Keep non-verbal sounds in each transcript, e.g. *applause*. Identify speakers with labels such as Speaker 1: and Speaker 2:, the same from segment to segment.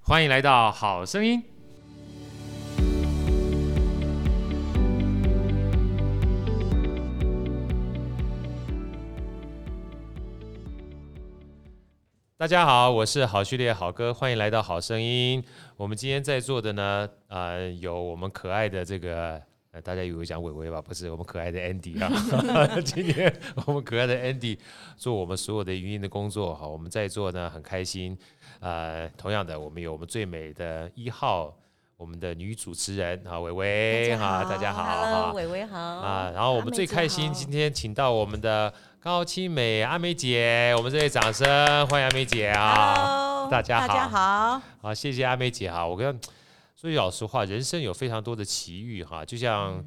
Speaker 1: 欢迎来到《好声音》。大家好，我是好序列好哥，欢迎来到《好声音》。我们今天在座的呢，呃，有我们可爱的这个。呃，大家以为讲伟伟吧？不是，我们可爱的 Andy 啊！ *laughs* 今天我们可爱的 Andy 做我们所有的语音的工作哈，我们在座呢很开心。呃，同样的，我们有我们最美的一号，我们的女主持人啊，伟伟啊，大家好
Speaker 2: ，Hello，
Speaker 1: 哈
Speaker 2: 伟伟好
Speaker 1: 啊，然后我们最开心，今
Speaker 2: 天
Speaker 1: 天请到我们的高清美阿美姐，我们这里掌声欢迎阿美姐啊！大家好啊
Speaker 2: 大家好，
Speaker 1: 好，谢谢阿美姐哈。我跟说句老实话，人生有非常多的奇遇哈，就像、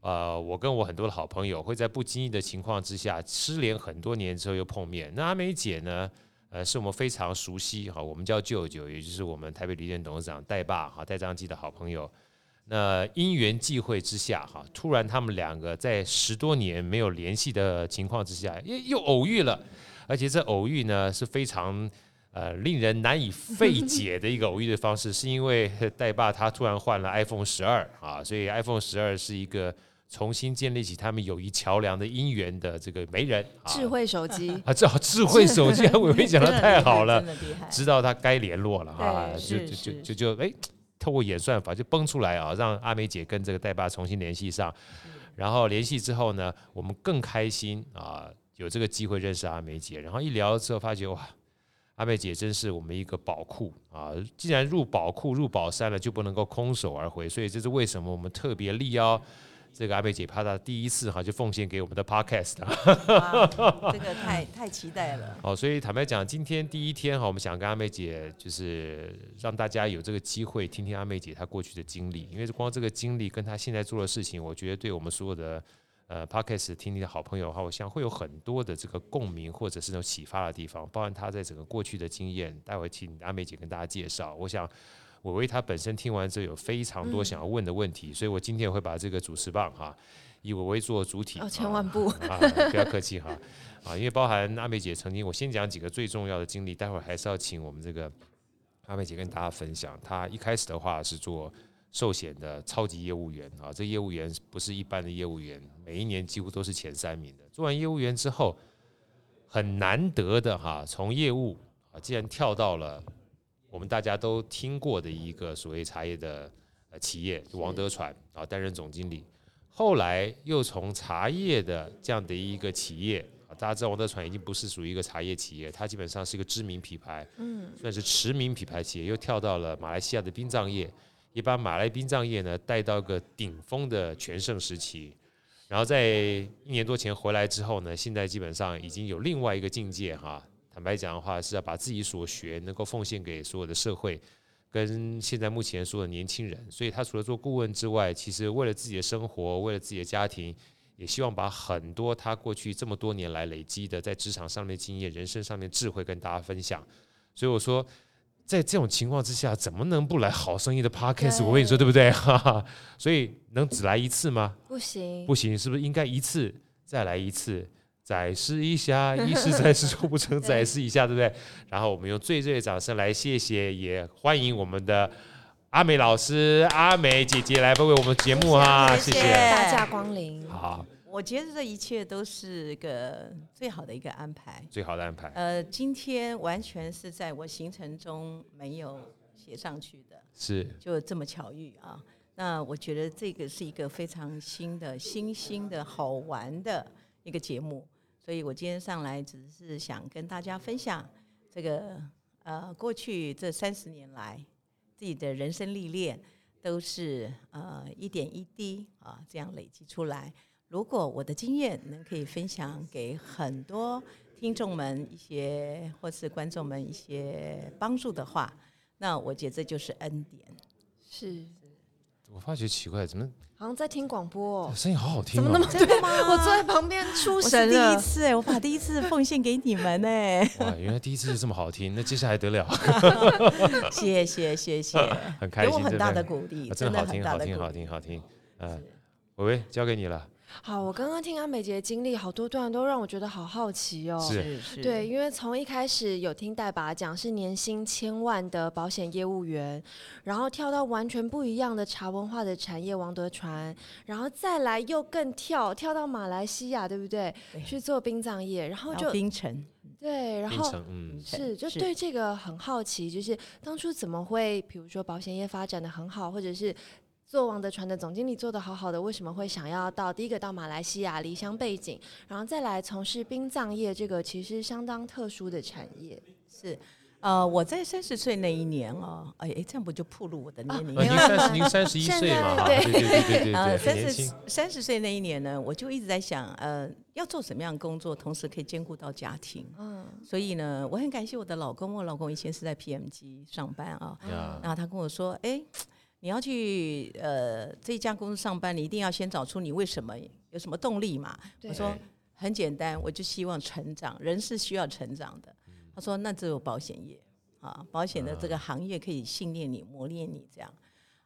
Speaker 1: 呃，我跟我很多的好朋友会在不经意的情况之下失联很多年之后又碰面。那阿美姐呢，呃，是我们非常熟悉哈，我们叫舅舅，也就是我们台北旅店董事长戴爸哈戴章基的好朋友。那因缘际会之下，哈，突然他们两个在十多年没有联系的情况之下，又又偶遇了，而且这偶遇呢是非常呃令人难以费解的一个偶遇的方式，是因为 *laughs* 呃戴爸他突然换了 iPhone 十二啊，所以 iPhone 十二是一个重新建立起他们友谊桥梁的姻缘的这个媒人啊，。
Speaker 2: 智慧手机
Speaker 1: 啊，这好智慧 *laughs* 手机，啊伟伟讲的
Speaker 3: 真的
Speaker 1: 太
Speaker 3: 厉害
Speaker 1: 好了
Speaker 3: *laughs*
Speaker 1: *laughs*
Speaker 3: 真，的厉害。
Speaker 1: 知道他该联络了哈，就是就
Speaker 3: 对
Speaker 1: 就是就就哎，透过演算法就蹦出来啊，让阿梅姐跟这个戴爸重新联系上，然后联系之后呢，我们更开心啊，有这个机会认识阿梅姐，然后一聊之后发觉哇。阿妹姐真是我们一个宝库啊！既然入宝库、入宝山了，就不能够空手而回，所以这是为什么我们特别力邀这个阿妹姐，怕她第一次哈就奉献给我们的 podcast 啊。
Speaker 3: 哇这个太太期
Speaker 1: *laughs*
Speaker 3: 待了。
Speaker 1: 好，所以坦白讲，今天第一天哈，我们想跟阿妹姐，就是让大家有这个机会听听阿妹姐她过去的经历，因为光这个经历跟她现在做的事情，我觉得对我们所有的呃 podcast 听听的好朋友的话，我想会有很多的这个共鸣或者是那种启发的地方，包含她在整个过去的经验，待会请阿妹姐跟大家介绍。我想。伟伟她本身听完之后有非常多想要问的问题，所以我今天也会把这个主持棒哈、以伟伟做主体，
Speaker 2: 哦，千万不，
Speaker 1: 啊，不要客气哈，啊，因为包含阿美姐曾经，我先讲几个最重要的经历，待会儿还是要请我们这个阿美姐跟大家分享。她一开始的话是做寿险的超级业务员啊，这业务员不是一般的业务员，每一年几乎都是前三名的。做完业务员之后，很难得的哈，从业务啊，竟然跳到了我们大家都听过的一个所谓茶叶的呃企业，就王德传啊，担任总经理。后来又从茶叶的这样的一个企业啊，大家知道王德传已经不是属于一个茶叶企业，它基本上是一个知名品牌，嗯，算是驰名品牌企业，又跳到了马来西亚的殡葬业，也把马来殡葬业呢带到一个顶峰的全盛时期。然后在一年多前回来之后呢，现在基本上已经有另外一个境界哈。坦白讲的话，是要把自己所学能够奉献给所有的社会，跟现在目前所有的年轻人。所以他除了做顾问之外，其实为了自己的生活，为了自己的家庭，也希望把很多他过去这么多年来累积的在职场上面经验、人生上面智慧跟大家分享。所以我说，在这种情况之下，怎么能不来好生意的 podcast？
Speaker 2: 对
Speaker 1: 我跟你说对不对？ *laughs* 哈哈。所以能只来一次吗？
Speaker 2: *laughs* 不行
Speaker 1: 不，行，是不是应该一次再来一次，再试一
Speaker 3: *laughs*
Speaker 1: 下，一试再试，说不成再试一下，对不对？然后我们用最热烈的掌声来谢谢，也欢迎我们的阿美老师、阿美姐姐来为我们节目哈，谢
Speaker 3: 谢谢
Speaker 1: 谢。
Speaker 2: 大驾光临。
Speaker 1: 好，
Speaker 3: 我觉得这一切都是个最好的一个安排。
Speaker 1: 最好的安排
Speaker 3: 呃，今天完全是在我行程中没有写上去的，
Speaker 1: 是
Speaker 3: 就这么巧遇啊。那我觉得这个是一个非常新的、新兴的好玩的一个节目，所以我今天上来只是想跟大家分享这个呃过去这三十年来自己的人生历练，都是呃一点一滴啊这样累积出来。如果我的经验能可以分享给很多听众们一些或是观众们一些帮助的话，那我觉得这就是恩典。
Speaker 2: 是，
Speaker 1: 我发觉奇怪，怎么
Speaker 2: 好像在听广播哦，
Speaker 1: 声音好好听
Speaker 2: 怎么
Speaker 1: 哦
Speaker 2: 那么
Speaker 3: 真的吗？
Speaker 2: *laughs* 我坐在旁边出
Speaker 3: 我
Speaker 2: 神
Speaker 3: 是第一
Speaker 2: 了。
Speaker 3: 次哎，我把第一次奉献给你们哎，
Speaker 1: *laughs* 哇，原来第一次就这么好听，那接下来得了，
Speaker 3: 谢谢谢谢，
Speaker 1: *laughs* 很开
Speaker 3: 给
Speaker 1: 心，
Speaker 3: 我很大
Speaker 1: 真
Speaker 3: 的
Speaker 1: 的
Speaker 3: 鼓励，
Speaker 1: 啊真的好
Speaker 3: 很
Speaker 1: 听，
Speaker 3: 大
Speaker 1: 好
Speaker 3: 的
Speaker 1: 听，
Speaker 3: 鼓
Speaker 1: 好
Speaker 3: 励。
Speaker 1: 听，好听。嗯，伟伟交给你了，
Speaker 2: 好，我刚刚听阿美姐的经历，好多段都让我觉得好好奇哦。
Speaker 1: 是
Speaker 3: 是
Speaker 2: 对，，因为从一开始有听代拔讲是年薪千万的保险业务员，然后跳到完全不一样的茶文化的产业王德传，然后再来又更跳跳到马来西亚，对不对？
Speaker 3: 对
Speaker 2: 去做殡葬业，然后
Speaker 3: 然
Speaker 2: 就
Speaker 3: 后冰城，
Speaker 2: 对，然
Speaker 1: 槟
Speaker 2: 后
Speaker 1: 城，嗯，
Speaker 2: 是就是对这个很好奇，就是当初怎么会，比如说保险业发展的很好，或者是。做王德传的总经理做得好好的，为什么会想要到第一个到马来西亚离乡背景，然后再来从事殡葬业这个其实相当特殊的产业？
Speaker 3: 是。呃，我在三十岁那一年哦，哎哎，这样不就暴露我的
Speaker 2: 啊
Speaker 3: 年龄
Speaker 1: 呃，
Speaker 3: 了？
Speaker 1: 您三十，您三十一
Speaker 2: 现
Speaker 1: 岁
Speaker 2: 在
Speaker 1: 嘛，哈，
Speaker 2: 对
Speaker 1: 对对对对对，
Speaker 3: 呃，
Speaker 1: 很
Speaker 3: 三
Speaker 1: 年
Speaker 3: 十
Speaker 1: 轻，
Speaker 3: 三十岁那一年呢，我就一直在想，呃，要做什么样的工作，同时可以兼顾到家庭。
Speaker 2: 嗯，
Speaker 3: 所以呢，我很感谢我的老公，我老公以前是在 PMG 上班啊，
Speaker 1: 呀
Speaker 3: 然后他跟我说，哎、你要去呃这一家公司上班，你一定要先找出你为什么有什么动力嘛。
Speaker 2: 对
Speaker 3: 我说
Speaker 1: 对
Speaker 3: 很简单，我就希望成长，人是需要成长的。他说那只有保险业啊，保险的这个行业可以训练你、磨练你这样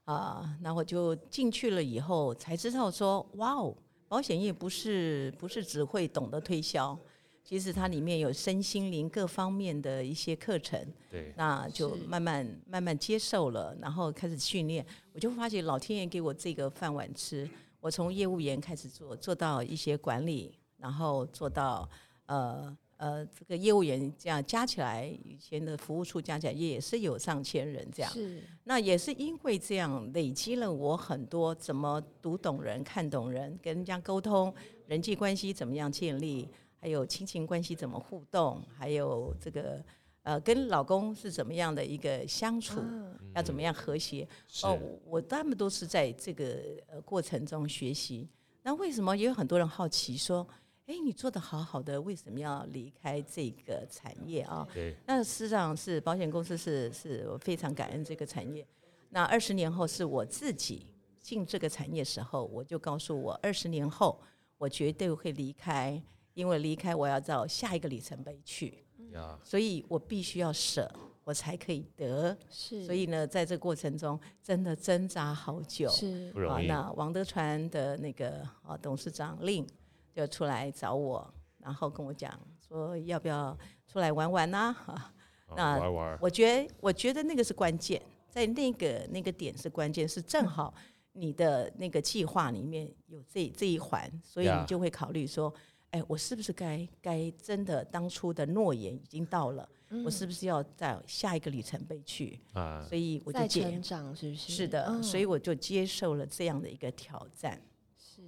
Speaker 3: 啊。那我就进去了以后才知道说，哇哦，保险业不是不是只会懂得推销。其实它里面有身心灵各方面的一些课程，
Speaker 1: 对，
Speaker 3: 那就是慢慢慢慢接受了，然后开始训练，我就发觉老天爷给我这个饭碗吃。我从业务员开始做，做到一些管理，然后做到呃呃这个业务员这样加起来，以前的服务处加起来也是有上千人这样。
Speaker 2: 是
Speaker 3: 那也是因为这样累积了我很多怎么读懂人、看懂人、跟人家沟通、人际关系怎么样建立，还有亲情关系怎么互动，还有这个呃跟老公是怎么样的一个相处，
Speaker 2: 嗯
Speaker 3: 要怎么样和谐。
Speaker 1: 是
Speaker 3: 哦，我我他们都是在这个呃过程中学习。那为什么也有很多人好奇说，哎，你做的好好的，为什么要离开这个产业啊？
Speaker 1: 对，
Speaker 3: 那事实上是保险公司是是我非常感恩这个产业。那二十年后是我自己进这个产业时候，我就告诉我二十年后我绝对会离开，因为离开我要到下一个里程碑去，
Speaker 1: 嗯呀，
Speaker 3: 所以我必须要舍，我才可以得。
Speaker 2: 是，
Speaker 3: 所以呢，在这过程中真的挣扎好久，
Speaker 2: 是
Speaker 1: 不容易，
Speaker 3: 啊。那王德传的那个啊董事长令就出来找我，然后跟我讲说要不要出来玩玩呐、啊？
Speaker 1: 哦
Speaker 3: 那
Speaker 1: 玩儿玩儿，
Speaker 3: 我觉得我觉得那个是关键，在那个那个点是关键，是正好你的那个计划里面有这这一环，所以
Speaker 1: Yeah
Speaker 3: 你就会考虑说，哎，我是不是该该真的当初的诺言已经到了，
Speaker 2: 嗯
Speaker 3: 我是不是要在下一个里程碑去？
Speaker 1: 啊，
Speaker 3: 所以我就
Speaker 2: 在
Speaker 3: 接
Speaker 2: 成长，是不是？
Speaker 3: 是的，
Speaker 2: 嗯
Speaker 3: 所以我就接受了这样的一个挑战。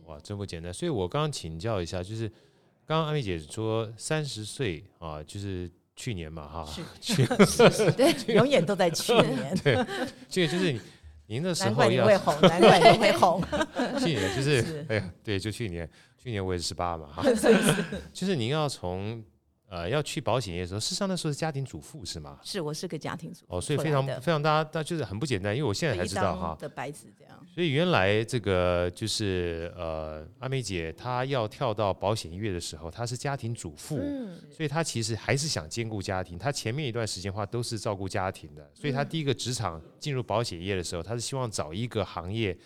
Speaker 1: 哇，真不简单。所以我刚刚请教一下，就是刚刚阿妹姐说三十岁啊，就是去年嘛，哈， *laughs*
Speaker 3: *laughs* 是
Speaker 1: 去 *laughs*
Speaker 3: 对，永远都在去年，
Speaker 1: 这个就
Speaker 3: *laughs*
Speaker 1: 是你您那时
Speaker 3: 难怪
Speaker 1: 候
Speaker 3: 你
Speaker 1: 要
Speaker 3: 会红，难怪你会红， *laughs*
Speaker 1: 去年就是
Speaker 3: 是
Speaker 1: 哎呀，对，就去年，去年我也是十八嘛，
Speaker 3: *laughs*
Speaker 1: 哈，就是您要从呃要去保险业的时候，事实上那时候是家庭主妇是吗？
Speaker 3: 是我是个家庭主妇
Speaker 1: 哦，所以
Speaker 3: 出
Speaker 1: 非
Speaker 3: 来
Speaker 1: 常
Speaker 3: 的
Speaker 1: 非常大家，但就是很不简单，因为我 *laughs* 现在才
Speaker 3: 一
Speaker 1: 知道
Speaker 3: 张
Speaker 1: 哈，
Speaker 3: 的白纸这样。
Speaker 1: 所以原来这个就是呃，阿梅姐她要跳到保险业的时候，她是家庭主妇，
Speaker 2: 嗯，
Speaker 1: 所以她其实还是想兼顾家庭。她前面一段时间的话都是照顾家庭
Speaker 3: 嗯
Speaker 1: 的，所以她第一个职场进入保险业的时候，她是希望找一个行业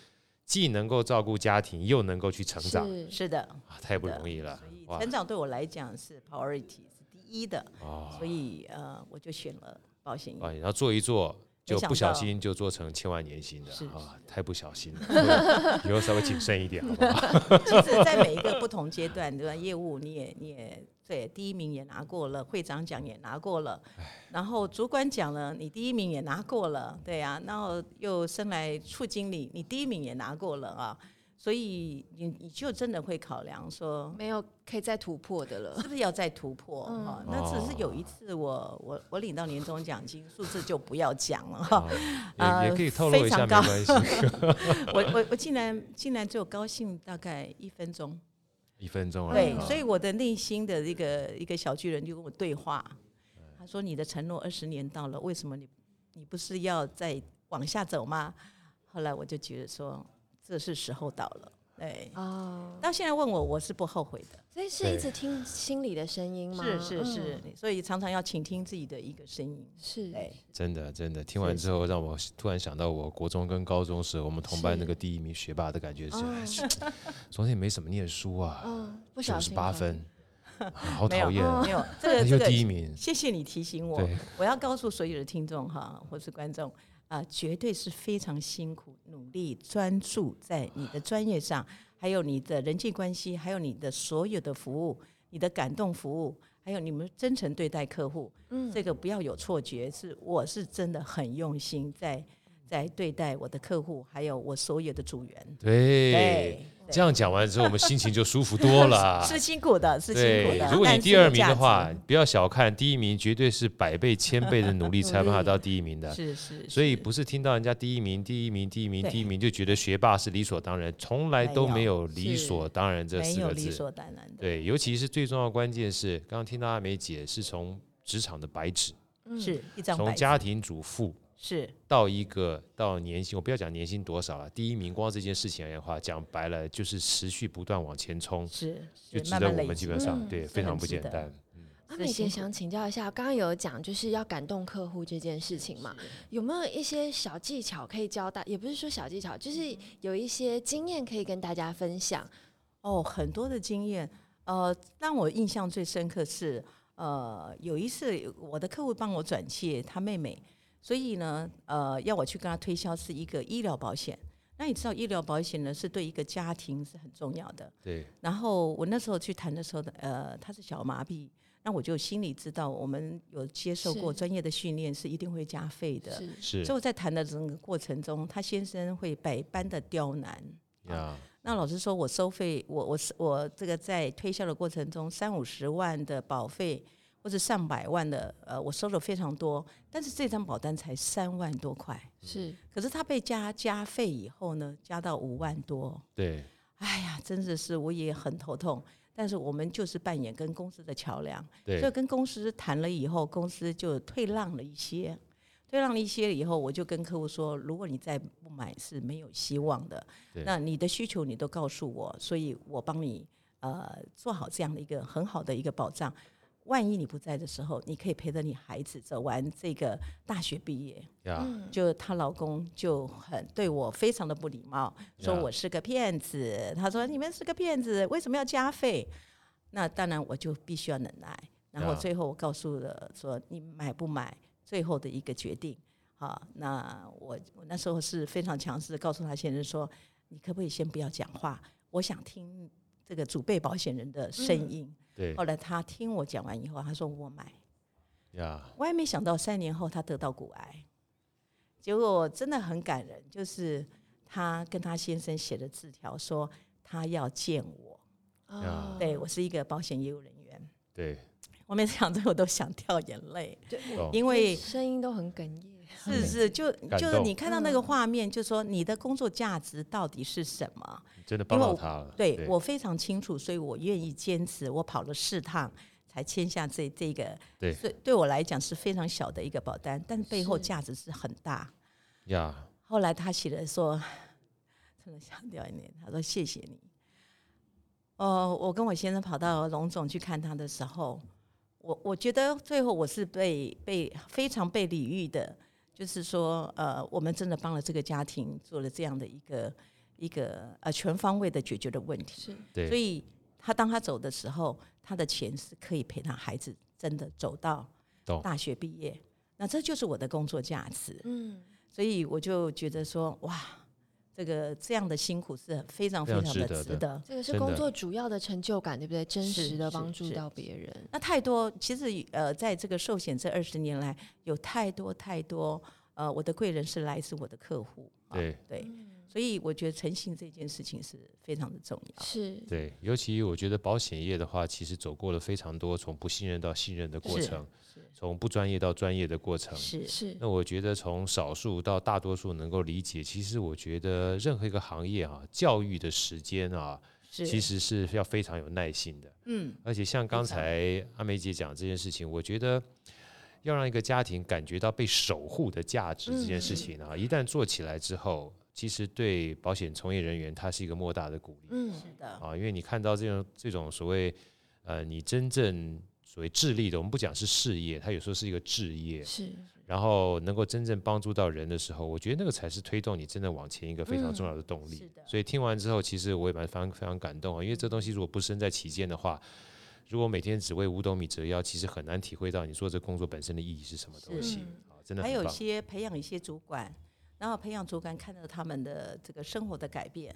Speaker 1: 既能够照顾家庭，又能够去成长，
Speaker 2: 是
Speaker 3: 是的，
Speaker 1: 啊、太不容易了
Speaker 3: 所以
Speaker 1: 哇
Speaker 3: 成长对我来讲是 priority 是第一的，
Speaker 1: 啊！
Speaker 3: 所以呃，我就选了保险
Speaker 1: 啊，
Speaker 3: 业。
Speaker 1: 然后做一做。就
Speaker 3: 想
Speaker 1: 不小
Speaker 3: 到
Speaker 1: 心就做成千万年薪的
Speaker 3: 是
Speaker 1: 啊，太不小心了， *laughs* 以后稍微谨慎一点，好不好？
Speaker 3: 就是在每一个不同阶段，对吧？业务你也你也对第一名也拿过了，会长奖也拿过了，然后主管奖了，你第一名也拿过了，对啊，然后又升来处经理，你第一名也拿过了啊，所以你你就真的会考量说，
Speaker 2: 没有可以再突破
Speaker 1: *laughs*
Speaker 2: 的了。
Speaker 3: 是不是要再突破？哈、那只是有一次我我我领到年终奖金，数字就不要讲了哈。 *laughs*
Speaker 1: 也
Speaker 3: 呃
Speaker 1: 也可以透
Speaker 3: 非
Speaker 1: 露一下，
Speaker 3: 常
Speaker 1: 没
Speaker 3: 高
Speaker 1: 关系，
Speaker 3: 我我我竟然竟然只有高兴大概一分钟，
Speaker 1: 一分钟而已
Speaker 3: 对
Speaker 1: 啊。，
Speaker 3: 所以我的内心的一个一个小巨人就跟我对话，他说：“你的承诺二十年到了，为什么你你不是要再往下走吗？”后来我就觉得说，这是时候到了。对，
Speaker 2: 哦，
Speaker 3: 到现在问我，我是不后悔的。
Speaker 2: 所以是一直听心里的声音吗？
Speaker 3: 是是是
Speaker 2: 嗯，，
Speaker 3: 所以常常要倾听自己的一个声音。
Speaker 2: 是，
Speaker 3: 对，
Speaker 1: 真的真的，听完之后让我突然想到，我国中跟高中时候我们同班
Speaker 2: 是
Speaker 1: 那个第一名学霸的感觉是，
Speaker 2: 嗯
Speaker 3: 啊
Speaker 1: 哎昨天也没什么念书
Speaker 3: 哦
Speaker 1: 啊，
Speaker 2: 嗯，不
Speaker 1: 九
Speaker 2: 小
Speaker 1: 十
Speaker 2: 心
Speaker 1: 八
Speaker 3: *laughs*
Speaker 2: 了，
Speaker 1: 分，啊好
Speaker 3: 没有
Speaker 1: 讨厌，
Speaker 2: 哦
Speaker 3: 没有这
Speaker 1: *laughs* 他
Speaker 3: 个
Speaker 1: 就
Speaker 3: 这
Speaker 1: 第一
Speaker 3: 个，
Speaker 1: 名，
Speaker 3: 谢谢你提醒我。
Speaker 1: 对，
Speaker 3: 我要告诉所有的听众哈，或是观众啊、绝对是非常辛苦、努力、专注在你的专业上，还有你的人际关系，还有你的所有的服务、你的感动服务，还有你们真诚对待客户，
Speaker 2: 嗯，
Speaker 3: 这个不要有错觉，是我是真的很用心在在对待我的客户，还有我所有的组员。
Speaker 1: 对
Speaker 3: 对，，
Speaker 1: 这样讲完之后，我们心情就舒服多了。啊
Speaker 3: 是辛苦的，是辛苦
Speaker 1: 对
Speaker 3: 的。，
Speaker 1: 如果你
Speaker 3: 但是
Speaker 1: 第二
Speaker 3: 有
Speaker 1: 名
Speaker 3: 价
Speaker 1: 的话
Speaker 3: 值，，
Speaker 1: 不要小看第一名，绝对是百倍、千倍的
Speaker 3: *laughs*
Speaker 1: 努力才有办法到第一名的。
Speaker 3: 是是，
Speaker 1: 所以
Speaker 3: 是
Speaker 1: 不是听到人家第一名、第一名、第一名、
Speaker 3: 对
Speaker 1: 第一名就觉得学霸是理所当然，从来都没有
Speaker 3: 没有
Speaker 1: 理所
Speaker 3: 是
Speaker 1: 当然这
Speaker 3: 没
Speaker 1: 四
Speaker 3: 有
Speaker 1: 个
Speaker 3: 理
Speaker 1: 字。
Speaker 3: 所当然的。
Speaker 1: 对，尤其是最重要的关键是，刚刚听到阿梅姐是从职场的白纸，
Speaker 2: 嗯
Speaker 3: 是一张
Speaker 1: 从
Speaker 3: 白
Speaker 1: 家
Speaker 3: 纸
Speaker 1: 庭主妇
Speaker 3: 是
Speaker 1: 到一个到年薪，我不要讲年薪多少了，第一名光这件事情而言的话，讲白了就是持续不断往前冲，
Speaker 3: 是
Speaker 1: 就是值
Speaker 3: 慢
Speaker 1: 得
Speaker 3: 慢
Speaker 1: 我
Speaker 3: 累
Speaker 1: 们基
Speaker 3: 积
Speaker 1: 本
Speaker 2: 累积
Speaker 1: 上
Speaker 2: 嗯
Speaker 1: 对
Speaker 3: 是
Speaker 1: 非常
Speaker 3: 很
Speaker 1: 不
Speaker 3: 值
Speaker 1: 简
Speaker 3: 得
Speaker 1: 单。
Speaker 2: 阿
Speaker 3: 是
Speaker 2: 美
Speaker 3: 辛
Speaker 2: 姐
Speaker 3: 苦
Speaker 2: 啊想请教一下，刚刚有讲就是要感动客户这件事情嘛，有没有一些小技巧可以教大？也不是说小技巧，就是有一些经验可以跟大家分享。
Speaker 3: 哦，很多的经验。呃，让我印象最深刻是，呃，有一次我的客户帮我转介他妹妹，所以呢，呃，要我去跟他推销是一个医疗保险。那你知道医疗保险呢是对一个家庭是很重要的。
Speaker 1: 对，
Speaker 3: 然后我那时候去谈的时候，呃，他是小麻痹，那我就心里知道，我们有接受过
Speaker 2: 是
Speaker 3: 专业的训练是一定会加费的。
Speaker 2: 是
Speaker 1: 是
Speaker 3: 所以我在谈的整个过程中，他先生会百般的刁难。
Speaker 1: 呀，
Speaker 3: 那老师说，我收费，我我是我这个在推销的过程中，三五十万的保费或者上百万的，呃，我收了非常多，但是这张保单才三万多块，
Speaker 2: 是，
Speaker 3: 可是他被加加费以后呢，加到五万多，
Speaker 1: 对，
Speaker 3: 哎呀，真的是我也很头痛。但是我们就是扮演跟公司的桥梁，所以
Speaker 1: 对，
Speaker 3: 跟公司谈了以后，公司就退让了一些，退让了一些以后，我就跟客户说，如果你再不买是没有希望的
Speaker 1: 对。
Speaker 3: 那你的需求你都告诉我，所以我帮你呃做好这样的一个很好的一个保障。万一你不在的时候，你可以陪着你孩子走完这个大学毕业。
Speaker 1: 呀，
Speaker 2: 嗯，
Speaker 3: 就她老公就很对我非常的不礼貌，说
Speaker 1: Yeah.
Speaker 3: 我是个骗子。他说你们是个骗子，为什么要加费？那当然我就必须要忍耐。然后
Speaker 1: Yeah.
Speaker 3: 最后我告诉了说你买不买，最后的一个决定。好，那我我那时候是非常强势的告诉他先生说，你可不可以先不要讲话？我想听这个主被保险人的声音。
Speaker 1: 对，
Speaker 3: 后来他听我讲完以后，他说我买。
Speaker 1: 呀，
Speaker 3: 我也没想到三年后他得到骨癌，结果真的很感人，就是他跟他先生写的字条说他要见我，
Speaker 1: 呀
Speaker 2: 哦
Speaker 3: 对我是一个保险业务人员，
Speaker 1: 对，
Speaker 3: 我每次想这个我都想掉眼泪，
Speaker 2: 对，
Speaker 1: 懂
Speaker 3: 因为
Speaker 2: 声音都很哽咽。
Speaker 3: 是是就
Speaker 1: 感
Speaker 3: 就是
Speaker 1: 动
Speaker 3: 你看到那个画面，就说你的工作价值到底是什么？
Speaker 1: 真的帮
Speaker 3: 因为
Speaker 1: 到
Speaker 3: 我
Speaker 1: 他了。
Speaker 3: 对我非常清楚，所以我愿意坚持，我跑了四趟才签下这这个，
Speaker 1: 对
Speaker 3: 所以对我来讲是非常小的一个保单，但是背后
Speaker 2: 是
Speaker 3: 价值是很大。
Speaker 1: 呀，
Speaker 3: 后来他写了说， *laughs* 真的想掉眼泪。他说谢谢你。哦，我跟我先生跑到龙总去看他的时候，我我觉得最后我是被被非常被礼遇的，就是说，呃，我们真的帮了这个家庭做了这样的一个一个呃全方位的解决的问题。
Speaker 2: 是，
Speaker 1: 对
Speaker 3: 所以他当他走的时候，他的钱是可以陪他孩子真的走到
Speaker 1: 懂
Speaker 3: 大学毕业。那这就是我的工作价值。
Speaker 2: 嗯，
Speaker 3: 所以我就觉得说，哇，这个这样的辛苦是非常
Speaker 1: 非
Speaker 3: 非
Speaker 1: 常
Speaker 3: 常
Speaker 1: 值
Speaker 3: 的
Speaker 1: 得的
Speaker 3: 值得。
Speaker 2: 这个是
Speaker 1: 真的
Speaker 2: 工作主要的成就感，对不对？真
Speaker 3: 是
Speaker 2: 实的
Speaker 3: 是
Speaker 2: 帮助
Speaker 3: 是
Speaker 2: 到别人，
Speaker 3: 那太多，其实呃，在这个寿险这二十年来，有太多太多，呃，我的贵人是来自我的客户，啊
Speaker 1: 对
Speaker 3: 对，所以我觉得诚信这件事情是非常的重要。
Speaker 2: 是
Speaker 1: 对，尤其我觉得保险业的话，其实走过了非常多从不信任到信任的过
Speaker 3: 是
Speaker 1: 程，从不专业到专业的过程。
Speaker 3: 是
Speaker 2: 是，
Speaker 1: 那我觉得从少数到大多数能够理解，其实我觉得任何一个行业啊，教育的时间啊，
Speaker 3: 是，
Speaker 1: 其实是要非常有耐心的。
Speaker 3: 嗯，
Speaker 1: 而且像刚
Speaker 3: 非常
Speaker 1: 才阿梅姐讲这件事情，我觉得
Speaker 3: 嗯
Speaker 1: 要让一个家庭感觉到被守护的价值这件事情啊，一旦做起来之后，其实对保险从业人员它是一个莫大的鼓励
Speaker 2: 嗯，
Speaker 3: 是的，
Speaker 1: 啊，因为你看到这种这种所谓呃，你真正所谓智力的，我们不讲是事业，它有时候是一个置业，
Speaker 2: 是
Speaker 1: 然后能够真正帮助到人的时候，我觉得那个才是推动你真的往前一个非常重要的动力。
Speaker 3: 嗯是的
Speaker 1: 所以听完之后，其实我也蛮非常非常感动啊，因为这东西如果不身在其间的话，如果每天只为五斗米折腰，其实很难体会到你做这工作本身的意义是什么东
Speaker 3: 是
Speaker 1: 西
Speaker 2: 嗯
Speaker 1: 啊，真的
Speaker 3: 还
Speaker 1: 很
Speaker 3: 有一
Speaker 1: 棒。
Speaker 3: 些培养一些主管，然后培养主管看到他们的这个生活的改变，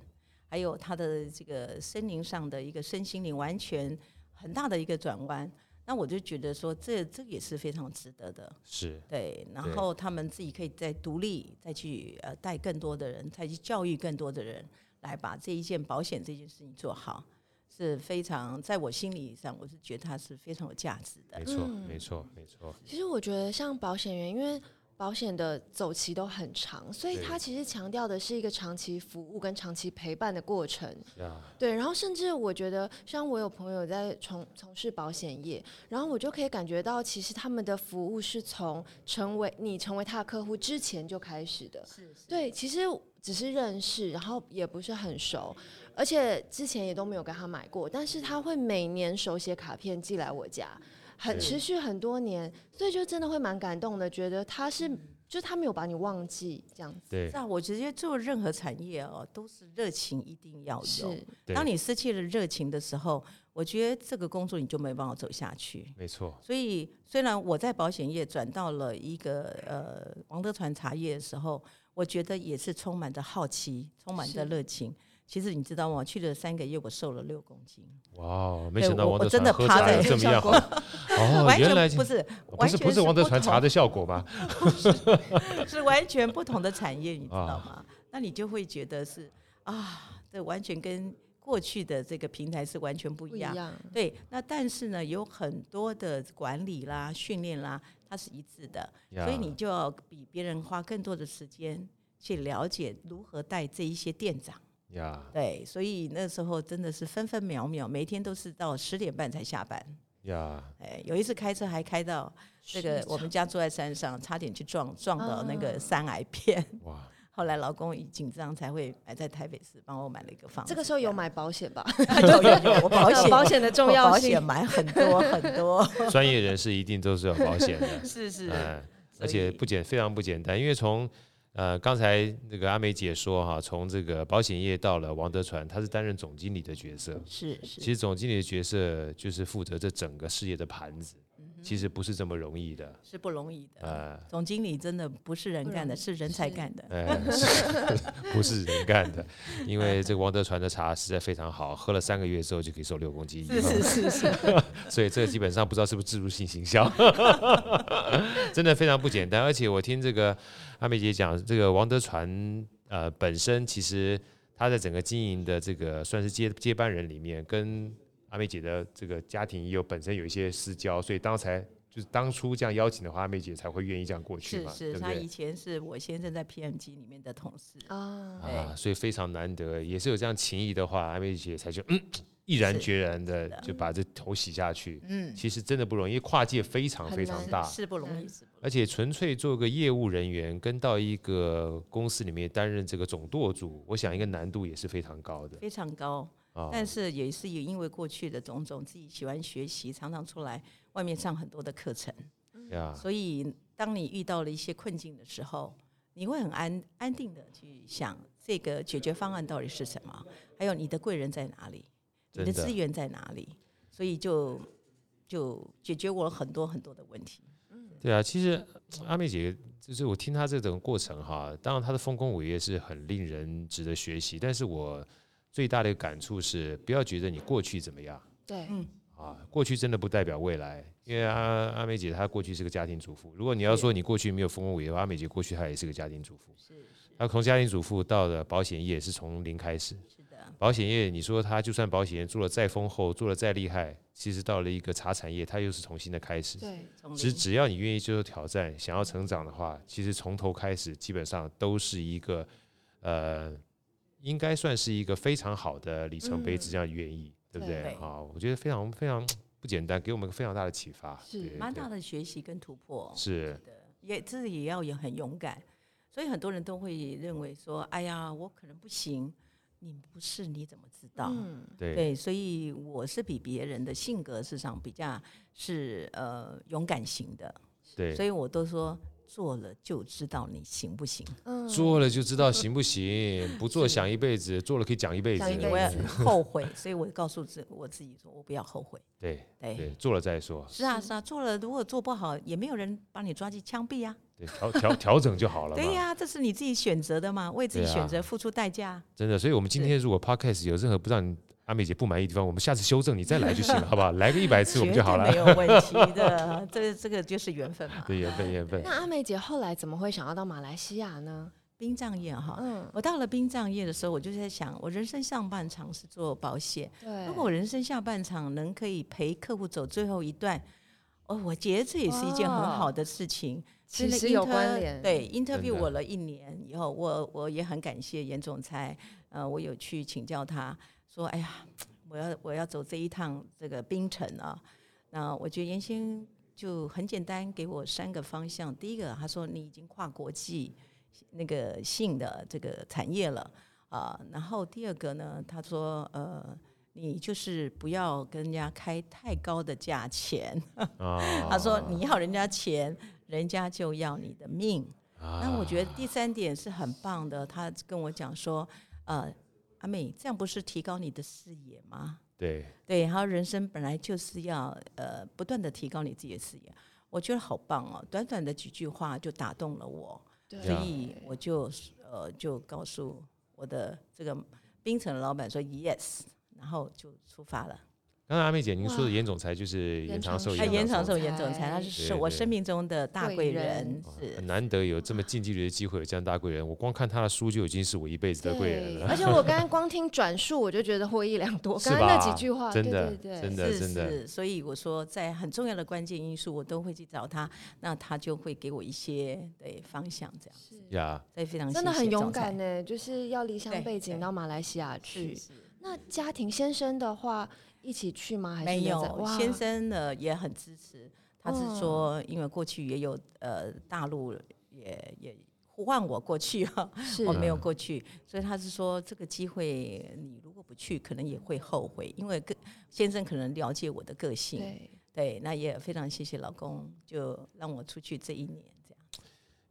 Speaker 3: 还有他的这个森林上的一个身心灵完全很大的一个转弯。那我就觉得说这，这也是非常值得的，
Speaker 1: 是
Speaker 3: 对。
Speaker 1: 对
Speaker 3: 然后他们自己可以再独立，再去呃带更多的人，再去教育更多的人，来把这一件保险这件事情做好，是非常在我心理上，我是觉得它是非常有价值的
Speaker 1: 没。错，
Speaker 2: 嗯
Speaker 1: 没错，没错，
Speaker 2: 其实我觉得像保险员，因为保险的走期都很长，所以
Speaker 1: 对
Speaker 2: 它其实强调的是一个长期服务跟长期陪伴的过程。
Speaker 1: 是啊，
Speaker 2: 对，然后甚至我觉得，像我有朋友在从从事保险业，然后我就可以感觉到，其实他们的服务是从成为你成为他的客户之前就开始的。
Speaker 3: 是是
Speaker 2: 对，其实只是认识，然后也不是很熟，而且之前也都没有跟他买过，但是他会每年手写卡片寄来我家，很
Speaker 1: 对
Speaker 2: 持续很多年，所以就真的会蛮感动的，觉得他是
Speaker 1: 嗯
Speaker 2: 就他没有把你忘记这样子，
Speaker 1: 对
Speaker 3: 是啊，我觉得做任何产业哦，都是热情一定要有。
Speaker 2: 是
Speaker 1: 对
Speaker 3: 当你失去了热情的时候，我觉得这个工作你就没办法走下去。
Speaker 1: 没错，
Speaker 3: 所以，虽然我在保险业转到了一个呃王德传茶叶的时候，我觉得也是充满着好奇，充满着
Speaker 2: 是
Speaker 3: 热情。其实你知道吗？去了三个月，我瘦了六公斤，
Speaker 1: 哇哦，没
Speaker 3: 对
Speaker 1: 想到
Speaker 3: 我
Speaker 1: 王
Speaker 3: 我
Speaker 1: 德
Speaker 3: 真
Speaker 1: 传
Speaker 3: 的
Speaker 1: 喝
Speaker 3: 趴
Speaker 1: 茶
Speaker 3: 在
Speaker 1: 有
Speaker 3: 那
Speaker 1: 这么
Speaker 3: 上
Speaker 1: 样好 *laughs* 哦，
Speaker 3: *laughs* 完
Speaker 1: 原
Speaker 3: 全
Speaker 1: 来
Speaker 3: 不是，
Speaker 1: 不
Speaker 3: 完
Speaker 1: 是
Speaker 3: 全
Speaker 1: 不是王德
Speaker 3: 不
Speaker 1: 传
Speaker 3: 同
Speaker 1: 茶的效果吧？
Speaker 3: 是完全不同的产业，你知道
Speaker 1: 啊
Speaker 3: 吗？那你就会觉得是啊，这完全跟过去的这个平台是完全不
Speaker 2: 不
Speaker 3: 一
Speaker 2: 一
Speaker 3: 样。
Speaker 2: 样，
Speaker 3: 对，那但是呢，有很多的管理啦、训练啦，它是一致的，所以
Speaker 1: 呀
Speaker 3: 你就要比别人花更多的时间去了解如何带这一些店长。
Speaker 1: 呀，
Speaker 3: 对，所以那时候真的是分分秒秒，每天都是到十点半才下班。
Speaker 1: 呀，
Speaker 3: 哎，有一次开车还开到这个我们家住在山上，差点去撞撞到那个
Speaker 2: 啊
Speaker 3: 山癌片。 *laughs*
Speaker 1: 哇，
Speaker 3: 后来老公以紧张才会买在台北市帮我买了一个房子。
Speaker 2: 这个时候有
Speaker 3: 样，
Speaker 2: 买保险吧？
Speaker 3: *laughs* 有有有，我
Speaker 2: *laughs*
Speaker 3: 保险
Speaker 2: 保险的重要
Speaker 3: 我保
Speaker 2: 性
Speaker 3: 险买很多很
Speaker 2: *laughs*
Speaker 3: 多，，
Speaker 1: 专业人士一定都是有保险的
Speaker 3: 是 *laughs* 是
Speaker 1: 嗯，
Speaker 3: 所
Speaker 1: 而且
Speaker 3: 以
Speaker 1: 不简非常不简单，因为从呃刚才那个阿梅姐说哈，从这个保险业到了王德传，他是担任总经理的角色，
Speaker 3: 是是
Speaker 1: 其实总经理的角色就是负责这整个事业的盘子，
Speaker 3: 嗯
Speaker 1: 其实不是这么容易的，
Speaker 3: 是不容易的。
Speaker 1: 呃。
Speaker 3: 总经理真的不是人
Speaker 2: 不
Speaker 3: 干的，
Speaker 2: 容易
Speaker 3: 是人才
Speaker 2: 是
Speaker 3: 干的。
Speaker 1: 哎， *laughs* 是不是人干的？因为这个王德传的茶实在非常好，喝了三个月之后就可以瘦六公斤以
Speaker 3: 是
Speaker 1: 上。
Speaker 3: 是是
Speaker 1: *laughs*
Speaker 3: 是，
Speaker 1: 所以这个基本上不知道是不是自助性行销， *laughs* 真的非常不简单。而且我听这个阿美姐讲，这个王德传呃本身其实他在整个经营的这个算是接接班人里面，跟阿美姐的这个家庭也有本身有一些私交，所以当才就是当初这样邀请的话，阿美姐才会愿意这样过去
Speaker 3: 是
Speaker 1: 嘛，
Speaker 3: 是，
Speaker 1: 对不
Speaker 3: 他以
Speaker 1: 对？
Speaker 3: 前是我先生在 PMG 里面的同事，
Speaker 2: 啊，
Speaker 3: 哎
Speaker 1: 啊，所以非常难得，也是有这样情谊的话，阿美姐才就嗯毅然
Speaker 3: 是
Speaker 1: 决然的
Speaker 3: 是的
Speaker 1: 就把这头洗下去。
Speaker 3: 嗯，
Speaker 1: 其实真的不容易，因为跨界非常
Speaker 2: 很
Speaker 1: 非常
Speaker 2: 难
Speaker 1: 大，
Speaker 3: 是不容易，
Speaker 2: 嗯
Speaker 3: 是不容
Speaker 1: 而且纯粹做个业务人员，跟到一个公司里面担任这个总舵主，我想一个难度也是非常高的
Speaker 3: 易非常高。
Speaker 1: 啊。
Speaker 3: 但是也是也因为过去的种种，自己喜欢学习，常常出来外面上很多的课程，
Speaker 1: 呀，
Speaker 3: 所以当你遇到了一些困境的时候，你会很安安定的去想这个解决方案到底是什么，还有你的贵人在哪里，你的
Speaker 1: 真的
Speaker 3: 资源在哪里，所以就就解决我很多很多的问题。
Speaker 1: 对啊，其实阿妹姐就是我听她这整个过程哈，当然她的丰功伟业是很令人值得学习，但是我最大的感触是，不要觉得你过去怎么样。
Speaker 2: 对，
Speaker 1: 啊，过去真的不代表未来，因为阿阿梅姐她过去是个家庭主妇。如果你要
Speaker 3: 是
Speaker 1: 说你过去没有丰功伟业的话，阿梅姐过去她也是个家庭主妇。
Speaker 3: 是是
Speaker 1: 她从家庭主妇到了保险业是从零开始，
Speaker 3: 是的，
Speaker 1: 保险业，你说他就算保险业做了再丰厚，做了再厉害，其实到了一个茶产业，它又是重新的开始。
Speaker 2: 对，
Speaker 3: 从
Speaker 1: 只
Speaker 3: 零
Speaker 1: 只要你愿意接受挑战，想要成长的话，其实从头开始，基本上都是一个呃，应该算是一个非常好的里程碑，
Speaker 2: 嗯
Speaker 1: 只要你愿意，对不对
Speaker 3: 对？
Speaker 1: 啊，我觉得非常非常不简单，给我们一个非常大的启发，
Speaker 2: 是
Speaker 1: 对
Speaker 3: 蛮
Speaker 1: 对
Speaker 3: 大的学习跟突破，
Speaker 1: 是
Speaker 3: 也自己也要也很勇敢。所以很多人都会认为说，哎呀，我可能不行，你不是你怎么知
Speaker 1: 啊
Speaker 3: 道？
Speaker 2: 嗯，
Speaker 1: 对
Speaker 3: 对，所以我是比别人的性格市场比较是呃勇敢型的，所
Speaker 1: 对，
Speaker 3: 以我都说做了就知道你行不行，
Speaker 2: 嗯，
Speaker 1: 做了就知道行不行，不做
Speaker 3: 是
Speaker 1: 想一辈子，做了可以讲一辈子
Speaker 2: 讲一
Speaker 3: 因
Speaker 2: 辈
Speaker 3: 为我要
Speaker 2: 子
Speaker 3: 后悔，所以我告诉自我自己说，我不要后悔。
Speaker 1: 对
Speaker 3: 对，
Speaker 1: 对，做了再说，
Speaker 3: 是啊
Speaker 2: 是
Speaker 3: 是啊，做了如果做不好，也没有人把你抓去枪毙啊。
Speaker 1: 对，调调调整就好了嘛。
Speaker 3: 对呀、这是你自己选择的嘛，为自己
Speaker 1: 对啊
Speaker 3: 选择付出
Speaker 1: *laughs*
Speaker 3: 代价。
Speaker 1: 真的，所以我们今
Speaker 3: 是
Speaker 1: 天如果 podcast 有任何不让阿美姐不满意的地方，我们下次修正，你再来就行
Speaker 3: *laughs*
Speaker 1: 了，好不好？来个一百次我
Speaker 3: 绝
Speaker 1: 们
Speaker 3: 对
Speaker 1: 就好了
Speaker 3: 没。有问题的。这个这个就是缘分嘛。
Speaker 1: 对，缘分缘分
Speaker 2: 那。阿美姐后来怎么会想要到马来西亚呢？
Speaker 3: 殡葬业哈，
Speaker 2: 嗯，
Speaker 3: 我到了殡葬业的时候，我就在想，我人生上半场是做保险，
Speaker 2: 嗯对。
Speaker 3: 如果我人生下半场能可以陪客户走最后一段，哦，我觉得这也是一件很
Speaker 2: 哇
Speaker 3: 好的事情。
Speaker 2: 哦其
Speaker 3: 真的
Speaker 2: 实有
Speaker 3: inter-
Speaker 2: 关联，，
Speaker 3: 对，interview
Speaker 1: 真的
Speaker 3: 我了一年以后，我我也很感谢严总裁，呃，我有去请教他说，哎呀，我要我要走这一趟这个冰城啊，那我觉得严先就很简单给我三个方向，第一个他说你已经跨国际那个性的这个产业了啊、然后第二个呢，他说呃。你就是不要跟人家开太高的价钱。 *laughs*
Speaker 1: 啊，
Speaker 3: 他说：“你要人家钱，人家就要你的命。”那我觉得第三点是很棒的，他跟我讲说，呃，阿美，这样不是提高你的视野吗？
Speaker 1: 对，
Speaker 3: 对，然后人生本来就是要呃不断的提高你自己的视野，我觉得好棒哦，短短的几句话就打动了我，
Speaker 2: 对
Speaker 3: 所以我就呃就告诉我的这个冰城的老板说 yes，然后就出发了。
Speaker 1: 刚才阿妹姐您说的
Speaker 2: 哇
Speaker 1: 严总裁就是
Speaker 2: 严
Speaker 1: 严长
Speaker 2: 长
Speaker 1: 寿，
Speaker 2: 寿
Speaker 3: 哎，严长寿，
Speaker 2: 寿
Speaker 3: 严总裁，他是
Speaker 1: 对
Speaker 3: 是我
Speaker 1: 对
Speaker 3: 生命中的大
Speaker 2: 贵
Speaker 3: 贵
Speaker 2: 人
Speaker 3: 人，
Speaker 1: 很
Speaker 3: 是
Speaker 1: 难得有这么近距离的机会有这样大贵人，我光看他的书就已经是我一辈子的贵人
Speaker 2: 对
Speaker 1: 了，
Speaker 2: 而且我刚刚光听转述，我就觉得获益
Speaker 3: *laughs*
Speaker 2: 良多。
Speaker 1: 是
Speaker 2: 刚刚那几
Speaker 1: 吧
Speaker 2: 句话，
Speaker 1: 真的
Speaker 2: 对对
Speaker 1: 真
Speaker 2: 对，
Speaker 1: 的
Speaker 3: 是
Speaker 1: 真的，
Speaker 3: 是，所以我说，在很重要的关键因素，我都会去找他，那他就会给我一些对方向，这样，
Speaker 1: 呀。
Speaker 3: 所以非常
Speaker 2: 真的
Speaker 3: 谢
Speaker 2: 很
Speaker 3: 谢
Speaker 2: 勇
Speaker 3: 总裁
Speaker 2: 敢，呢，就是要离乡
Speaker 3: 对
Speaker 2: 背景
Speaker 3: 对
Speaker 2: 到马来西亚
Speaker 3: 是
Speaker 2: 去。
Speaker 3: 是
Speaker 2: 那家庭先生的话，一起去吗？还是
Speaker 3: 没
Speaker 2: 留在
Speaker 3: 有
Speaker 2: 哇哦
Speaker 3: 先生呢也很支持，他是
Speaker 2: 哇
Speaker 3: 说，因为过去也有呃大陆也也呼唤我过去啊，
Speaker 2: 是
Speaker 3: 我没有过去，所以他是说这个机会你如果不去，可能也会后悔，因为个先生可能了解我的个性，
Speaker 2: 对，
Speaker 3: 对，那也非常谢谢老公，就让我出去这一年这样。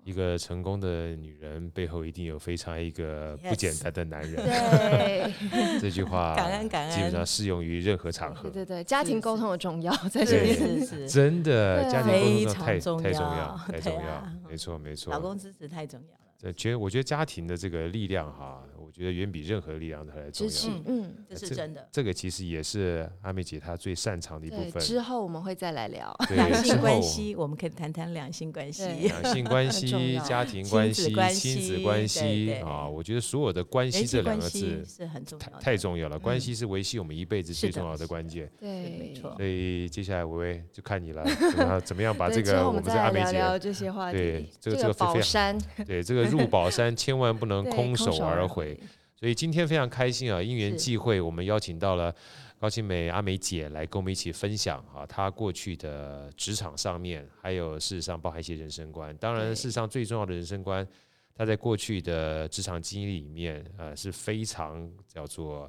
Speaker 1: 一个成功的女人背后一定有非常一个不简
Speaker 3: Yes
Speaker 1: 单的男 *laughs*
Speaker 3: *laughs*
Speaker 1: 人，
Speaker 2: 对
Speaker 1: 这句话
Speaker 3: 感恩感
Speaker 1: 基本上
Speaker 3: 恩
Speaker 1: 适用于任何场合
Speaker 2: 对，对对，家庭
Speaker 3: 是
Speaker 2: 沟
Speaker 3: 是
Speaker 2: 通的重要在这
Speaker 1: 对
Speaker 2: 边。
Speaker 3: 是是是，
Speaker 1: 真的
Speaker 2: 对啊
Speaker 1: 家庭沟通
Speaker 3: 非
Speaker 1: 太太
Speaker 3: 常
Speaker 1: 重
Speaker 3: 重
Speaker 1: 要
Speaker 3: 要
Speaker 1: 太
Speaker 3: 对
Speaker 1: 重要
Speaker 3: 啊，
Speaker 1: 没错没错，
Speaker 3: 老公支持太重要了，
Speaker 1: 这觉得我觉得家庭的这个力量哈，我觉得远比任何力量都还来重
Speaker 2: 支持
Speaker 1: 要。，
Speaker 2: 嗯，
Speaker 3: 这是真的。
Speaker 1: 呃这个其实也是阿妹姐她最擅长的一部
Speaker 2: 对，
Speaker 1: 分。
Speaker 2: 之后我们会再来聊。
Speaker 1: 对
Speaker 3: 两
Speaker 1: 之
Speaker 3: 性关
Speaker 1: 后
Speaker 3: 系，我们可以谈谈两性关 *laughs*
Speaker 2: 对
Speaker 3: 系。
Speaker 1: 两性关
Speaker 2: 重
Speaker 1: 系、
Speaker 2: 要
Speaker 1: 家庭
Speaker 3: 亲
Speaker 1: 关
Speaker 3: 子
Speaker 1: 系、
Speaker 3: 关
Speaker 1: 亲子
Speaker 3: 系
Speaker 1: 关
Speaker 3: 对
Speaker 1: 系
Speaker 3: 对
Speaker 1: 啊，我觉得所有的关系
Speaker 3: 人
Speaker 1: 这
Speaker 3: 际
Speaker 1: 两
Speaker 3: 关
Speaker 1: 个
Speaker 3: 系
Speaker 1: 字
Speaker 3: 是很重
Speaker 1: 太
Speaker 3: 要的，
Speaker 1: 太重要了，关
Speaker 3: 嗯
Speaker 1: 系是维系我们一辈子
Speaker 3: 是
Speaker 1: 最
Speaker 3: 的
Speaker 1: 重要
Speaker 3: 是
Speaker 1: 的
Speaker 3: 的
Speaker 1: 关键。
Speaker 2: 对，
Speaker 3: 没错
Speaker 1: 所以接下来薇薇就看你了，怎么样怎么样把这
Speaker 2: 对之后
Speaker 1: 个
Speaker 2: 我
Speaker 1: 们
Speaker 2: 们
Speaker 1: 这
Speaker 2: 再
Speaker 1: 个阿
Speaker 2: 来
Speaker 1: 妹
Speaker 2: 聊聊
Speaker 1: 姐
Speaker 2: 这些话
Speaker 1: 对
Speaker 2: 题。
Speaker 1: 这个这
Speaker 2: 个
Speaker 1: 个非
Speaker 2: 宝
Speaker 1: 常
Speaker 2: 山，
Speaker 1: *laughs* 对这个入宝山千万不能
Speaker 2: 对
Speaker 1: 空手而
Speaker 2: 而
Speaker 1: 回。。所以今天非常开心啊，因缘
Speaker 3: 是
Speaker 1: 际会，我们邀请到了高清美阿美姐来跟我们一起分享啊，她过去的职场上面，还有事实上包含一些人生观。当然，
Speaker 3: 对
Speaker 1: 事实上最重要的人生观，她在过去的职场经历里面，呃，是非常叫做。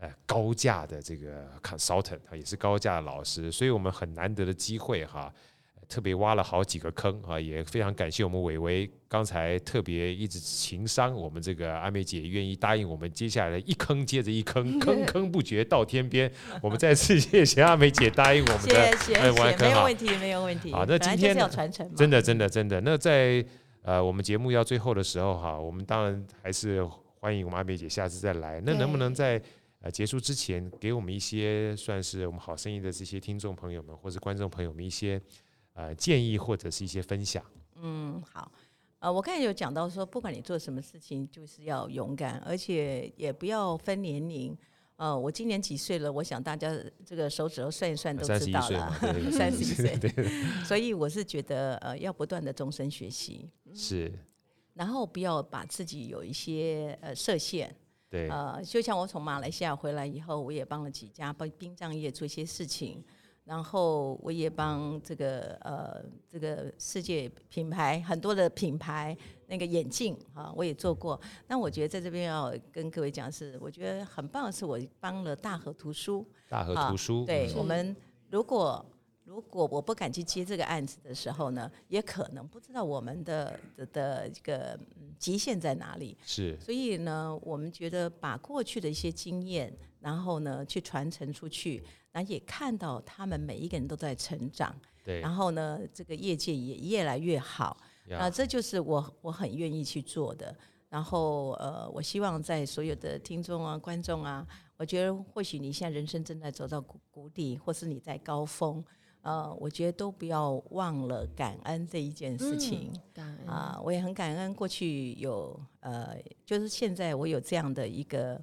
Speaker 1: 呃，高价的这个 consultant 啊，也是高价的老师，所以我们很难得的机会哈，特别挖了好几个坑啊，也非常感谢我们伟伟刚才特别一直情商我们这个阿妹姐愿意答应我们接下来一坑接着一
Speaker 3: *laughs*
Speaker 1: 坑，坑坑不绝到天边。我们再次谢谢阿妹姐答应我们
Speaker 3: *laughs* 谢
Speaker 1: 的，
Speaker 3: 谢
Speaker 1: 哎
Speaker 3: 谢
Speaker 1: 完
Speaker 3: 谢，
Speaker 1: 全
Speaker 3: 没有
Speaker 1: 好
Speaker 3: 问题，没有问题。
Speaker 1: 好那
Speaker 3: 本来
Speaker 1: 今
Speaker 3: 就
Speaker 1: 天
Speaker 3: 是要
Speaker 1: 呢
Speaker 3: 传承嘛，
Speaker 1: 真的真的真的。那在呃我们节目要最后的时候哈，我们当然还是欢迎我们阿妹姐下次再来。那能不能在呃结束之前给我们一些算是我们好声音的这些听众朋友们或是观众朋友们一些呃建议或者是一些分享？
Speaker 3: 嗯，好。呃，我刚才有讲到说，不管你做什么事情，就是要勇敢，而且也不要分年龄。呃，我今年几岁了？我想大家这个手指头算一算都
Speaker 1: 三十
Speaker 3: 知
Speaker 1: 一
Speaker 3: 道
Speaker 1: 岁
Speaker 3: 了
Speaker 1: 嘛，， *laughs* 对，
Speaker 3: *laughs* 三十一岁。所以我是觉得，呃，要不断的终身学习，
Speaker 1: 是，
Speaker 3: 然后不要把自己有一些呃设限。
Speaker 1: 对，
Speaker 3: 嗯呃，就像我从马来西亚回来以后，我也帮了几家帮殡葬业做一些事情。然后我也帮这个呃这个世界品牌很多的品牌那个眼镜啊，我也做过。那我觉得在这边要跟各位讲是，我觉得很棒的是我帮了大河图书，
Speaker 1: 大河图书，
Speaker 3: 对
Speaker 1: 嗯
Speaker 2: 是
Speaker 3: 我们，如果如果我不敢去接这个案子的时候呢，也可能不知道我们的的的这个嗯极限在哪里。
Speaker 1: 是
Speaker 3: 所以呢，我们觉得把过去的一些经验，然后呢去传承出去，然后也看到他们每一个人都在成长，
Speaker 1: 对
Speaker 3: 然后呢，这个业界也越来越好。那
Speaker 1: 呀，
Speaker 3: 这就是我我很愿意去做的。然后呃，我希望在所有的听众啊、观众啊，我觉得或许你现在人生正在走到谷谷底，或是你在高峰，呃，我觉得都不要忘了感恩这一件事情。
Speaker 2: 感恩
Speaker 3: 啊、我也很感恩过去有呃，就是现在我有这样的一个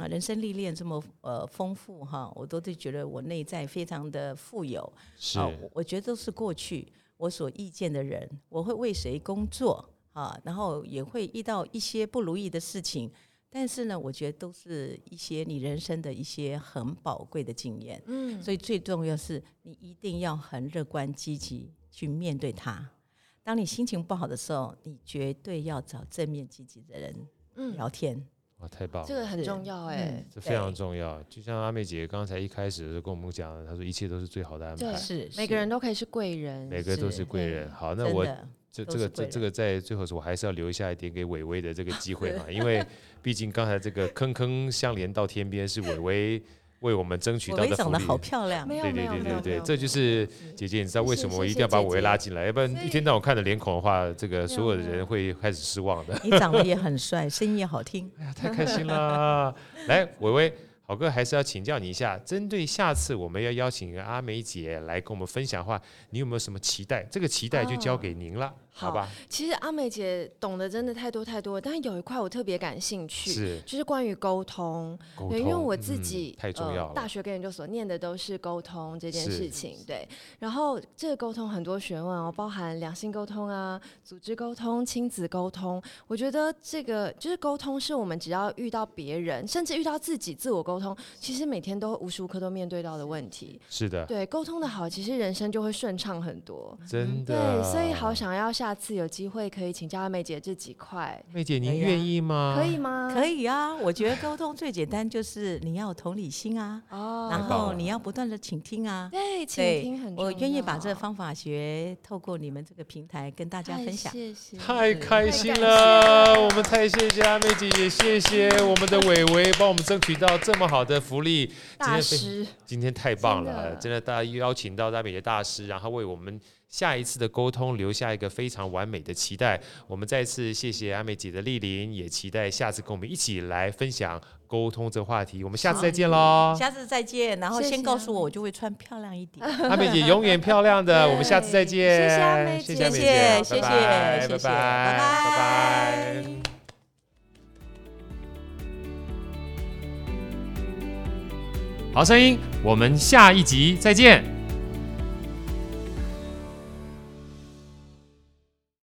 Speaker 3: 啊、人生历练这么呃丰富哈，我都是觉得我内在非常的富有。
Speaker 1: 是
Speaker 3: 啊，我我觉得都是过去我所遇见的人，我会为谁工作啊，然后也会遇到一些不如意的事情，但是呢，我觉得都是一些你人生的一些很宝贵的经验，
Speaker 2: 嗯，
Speaker 3: 所以最重要是你一定要很乐观积极去面对它。当你心情不好的时候，你绝对要找正面积极的人
Speaker 2: 嗯，
Speaker 3: 聊天。
Speaker 1: 哇，太棒
Speaker 2: 这
Speaker 1: 了。
Speaker 2: 个很
Speaker 3: 是
Speaker 2: 重要哎
Speaker 3: 嗯，
Speaker 1: 这非常
Speaker 3: 对
Speaker 1: 重要，就像阿妹姐刚才一开始的时候跟我们讲的，她说一切都是最好的安
Speaker 2: 对
Speaker 1: 排，
Speaker 3: 是
Speaker 2: 每个人都可以是贵人，
Speaker 1: 每个都是
Speaker 3: 是嗯
Speaker 1: 贵人。好，那我这
Speaker 3: 都
Speaker 1: 这个这
Speaker 3: 是贵
Speaker 1: 这个在最后时候，我还是要留下一点给伟伟的这个机会
Speaker 3: *laughs*
Speaker 1: 嘛，因为毕竟刚才这个坑坑相连到天边是伟伟为我们争取
Speaker 3: 我
Speaker 1: 到
Speaker 3: 薇
Speaker 1: 的
Speaker 3: 长
Speaker 1: 福
Speaker 3: 得好
Speaker 1: 利。
Speaker 3: 漂亮
Speaker 2: 没，有
Speaker 1: 对
Speaker 2: 没
Speaker 1: 对
Speaker 2: 有
Speaker 1: 对
Speaker 2: 没
Speaker 1: 对
Speaker 2: 有没
Speaker 1: 对，
Speaker 2: 有
Speaker 1: 这就是姐姐，你知道为什么我一定要把伟伟拉进来，要不然一天到晚看着脸孔的话，这个所有的人会开始失望的。
Speaker 3: 你长得也很帅，声音也好听。
Speaker 1: 哎 *laughs* 呀，太开心啦！ *laughs* 来，伟伟，好哥还是要请教你一下，针对下次我们要邀请阿梅姐来跟我们分享的话，你有没有什么期待？这个期待就交给您
Speaker 2: 啊
Speaker 1: 了，好吧？
Speaker 2: 其实阿美姐懂得真的太多太多，但有一块我特别感兴趣，
Speaker 1: 是
Speaker 2: 就是关于沟通。
Speaker 1: 沟通，
Speaker 2: 对，因为我自
Speaker 1: 嗯
Speaker 2: 己、
Speaker 1: 太重要
Speaker 2: 呃，
Speaker 1: 了。
Speaker 2: 大学跟研究所念的都是沟通这件
Speaker 1: 是
Speaker 2: 事情，对。然后这个沟通很多学问哦，包含两性沟通啊、组织沟通、亲子沟通。我觉得这个就是沟通，是我们只要遇到别人，甚至遇到自己自我沟通，其实每天都无时无刻都面对到的问题。
Speaker 1: 是的，
Speaker 2: 对，沟通的好，其实人生就会顺畅很多。
Speaker 1: 真的。啊
Speaker 2: 对，所以好。想要下次有机会可以请教阿美姐这几块，
Speaker 1: 妹姐，您
Speaker 3: 可以啊
Speaker 1: 愿意吗？
Speaker 2: 可以。吗？
Speaker 3: 可以啊，我觉得沟通最简单就是你要有同理心啊，
Speaker 2: 哦，
Speaker 3: 然
Speaker 1: 太棒
Speaker 3: 后
Speaker 1: 了
Speaker 3: 你要不断的倾听啊。
Speaker 2: 对，请
Speaker 3: 对
Speaker 2: 听很重
Speaker 3: 我
Speaker 2: 要，
Speaker 3: 愿意把这方法学透过你们这个平台跟大家
Speaker 2: 太
Speaker 3: 分享。
Speaker 2: 哎谢谢，
Speaker 1: 太开心
Speaker 2: 嗯太感
Speaker 1: 了，
Speaker 2: 谢了
Speaker 1: 我们太谢谢阿妹姐，也谢谢我们的伟伟帮我们争取到这么好的福利。
Speaker 2: 大
Speaker 1: 今天
Speaker 2: 师，
Speaker 1: 今天太棒
Speaker 2: 真
Speaker 1: 了，
Speaker 2: 的
Speaker 1: 真的，大家邀请到大美的大师，然后为我们下一次的沟通留下一个非常完美的期待。我们再次谢谢阿美姐的莅临，也期待下次跟我们一起来分享沟通这话题。我们下次再见喽，
Speaker 3: 下次再见，然后
Speaker 2: 谢谢
Speaker 3: 先告诉
Speaker 2: 啊
Speaker 3: 我，我就会穿漂亮一点。
Speaker 1: 阿美姐永远漂亮的，我们下次再见。
Speaker 2: 谢谢阿美姐
Speaker 1: 谢谢阿美
Speaker 3: 谢
Speaker 1: 姐，
Speaker 3: 谢谢谢
Speaker 1: 拜拜
Speaker 3: 谢
Speaker 1: 拜
Speaker 3: 谢
Speaker 1: 拜
Speaker 3: 拜
Speaker 1: 拜
Speaker 3: 拜
Speaker 1: 拜。好声音，我们下一集再见。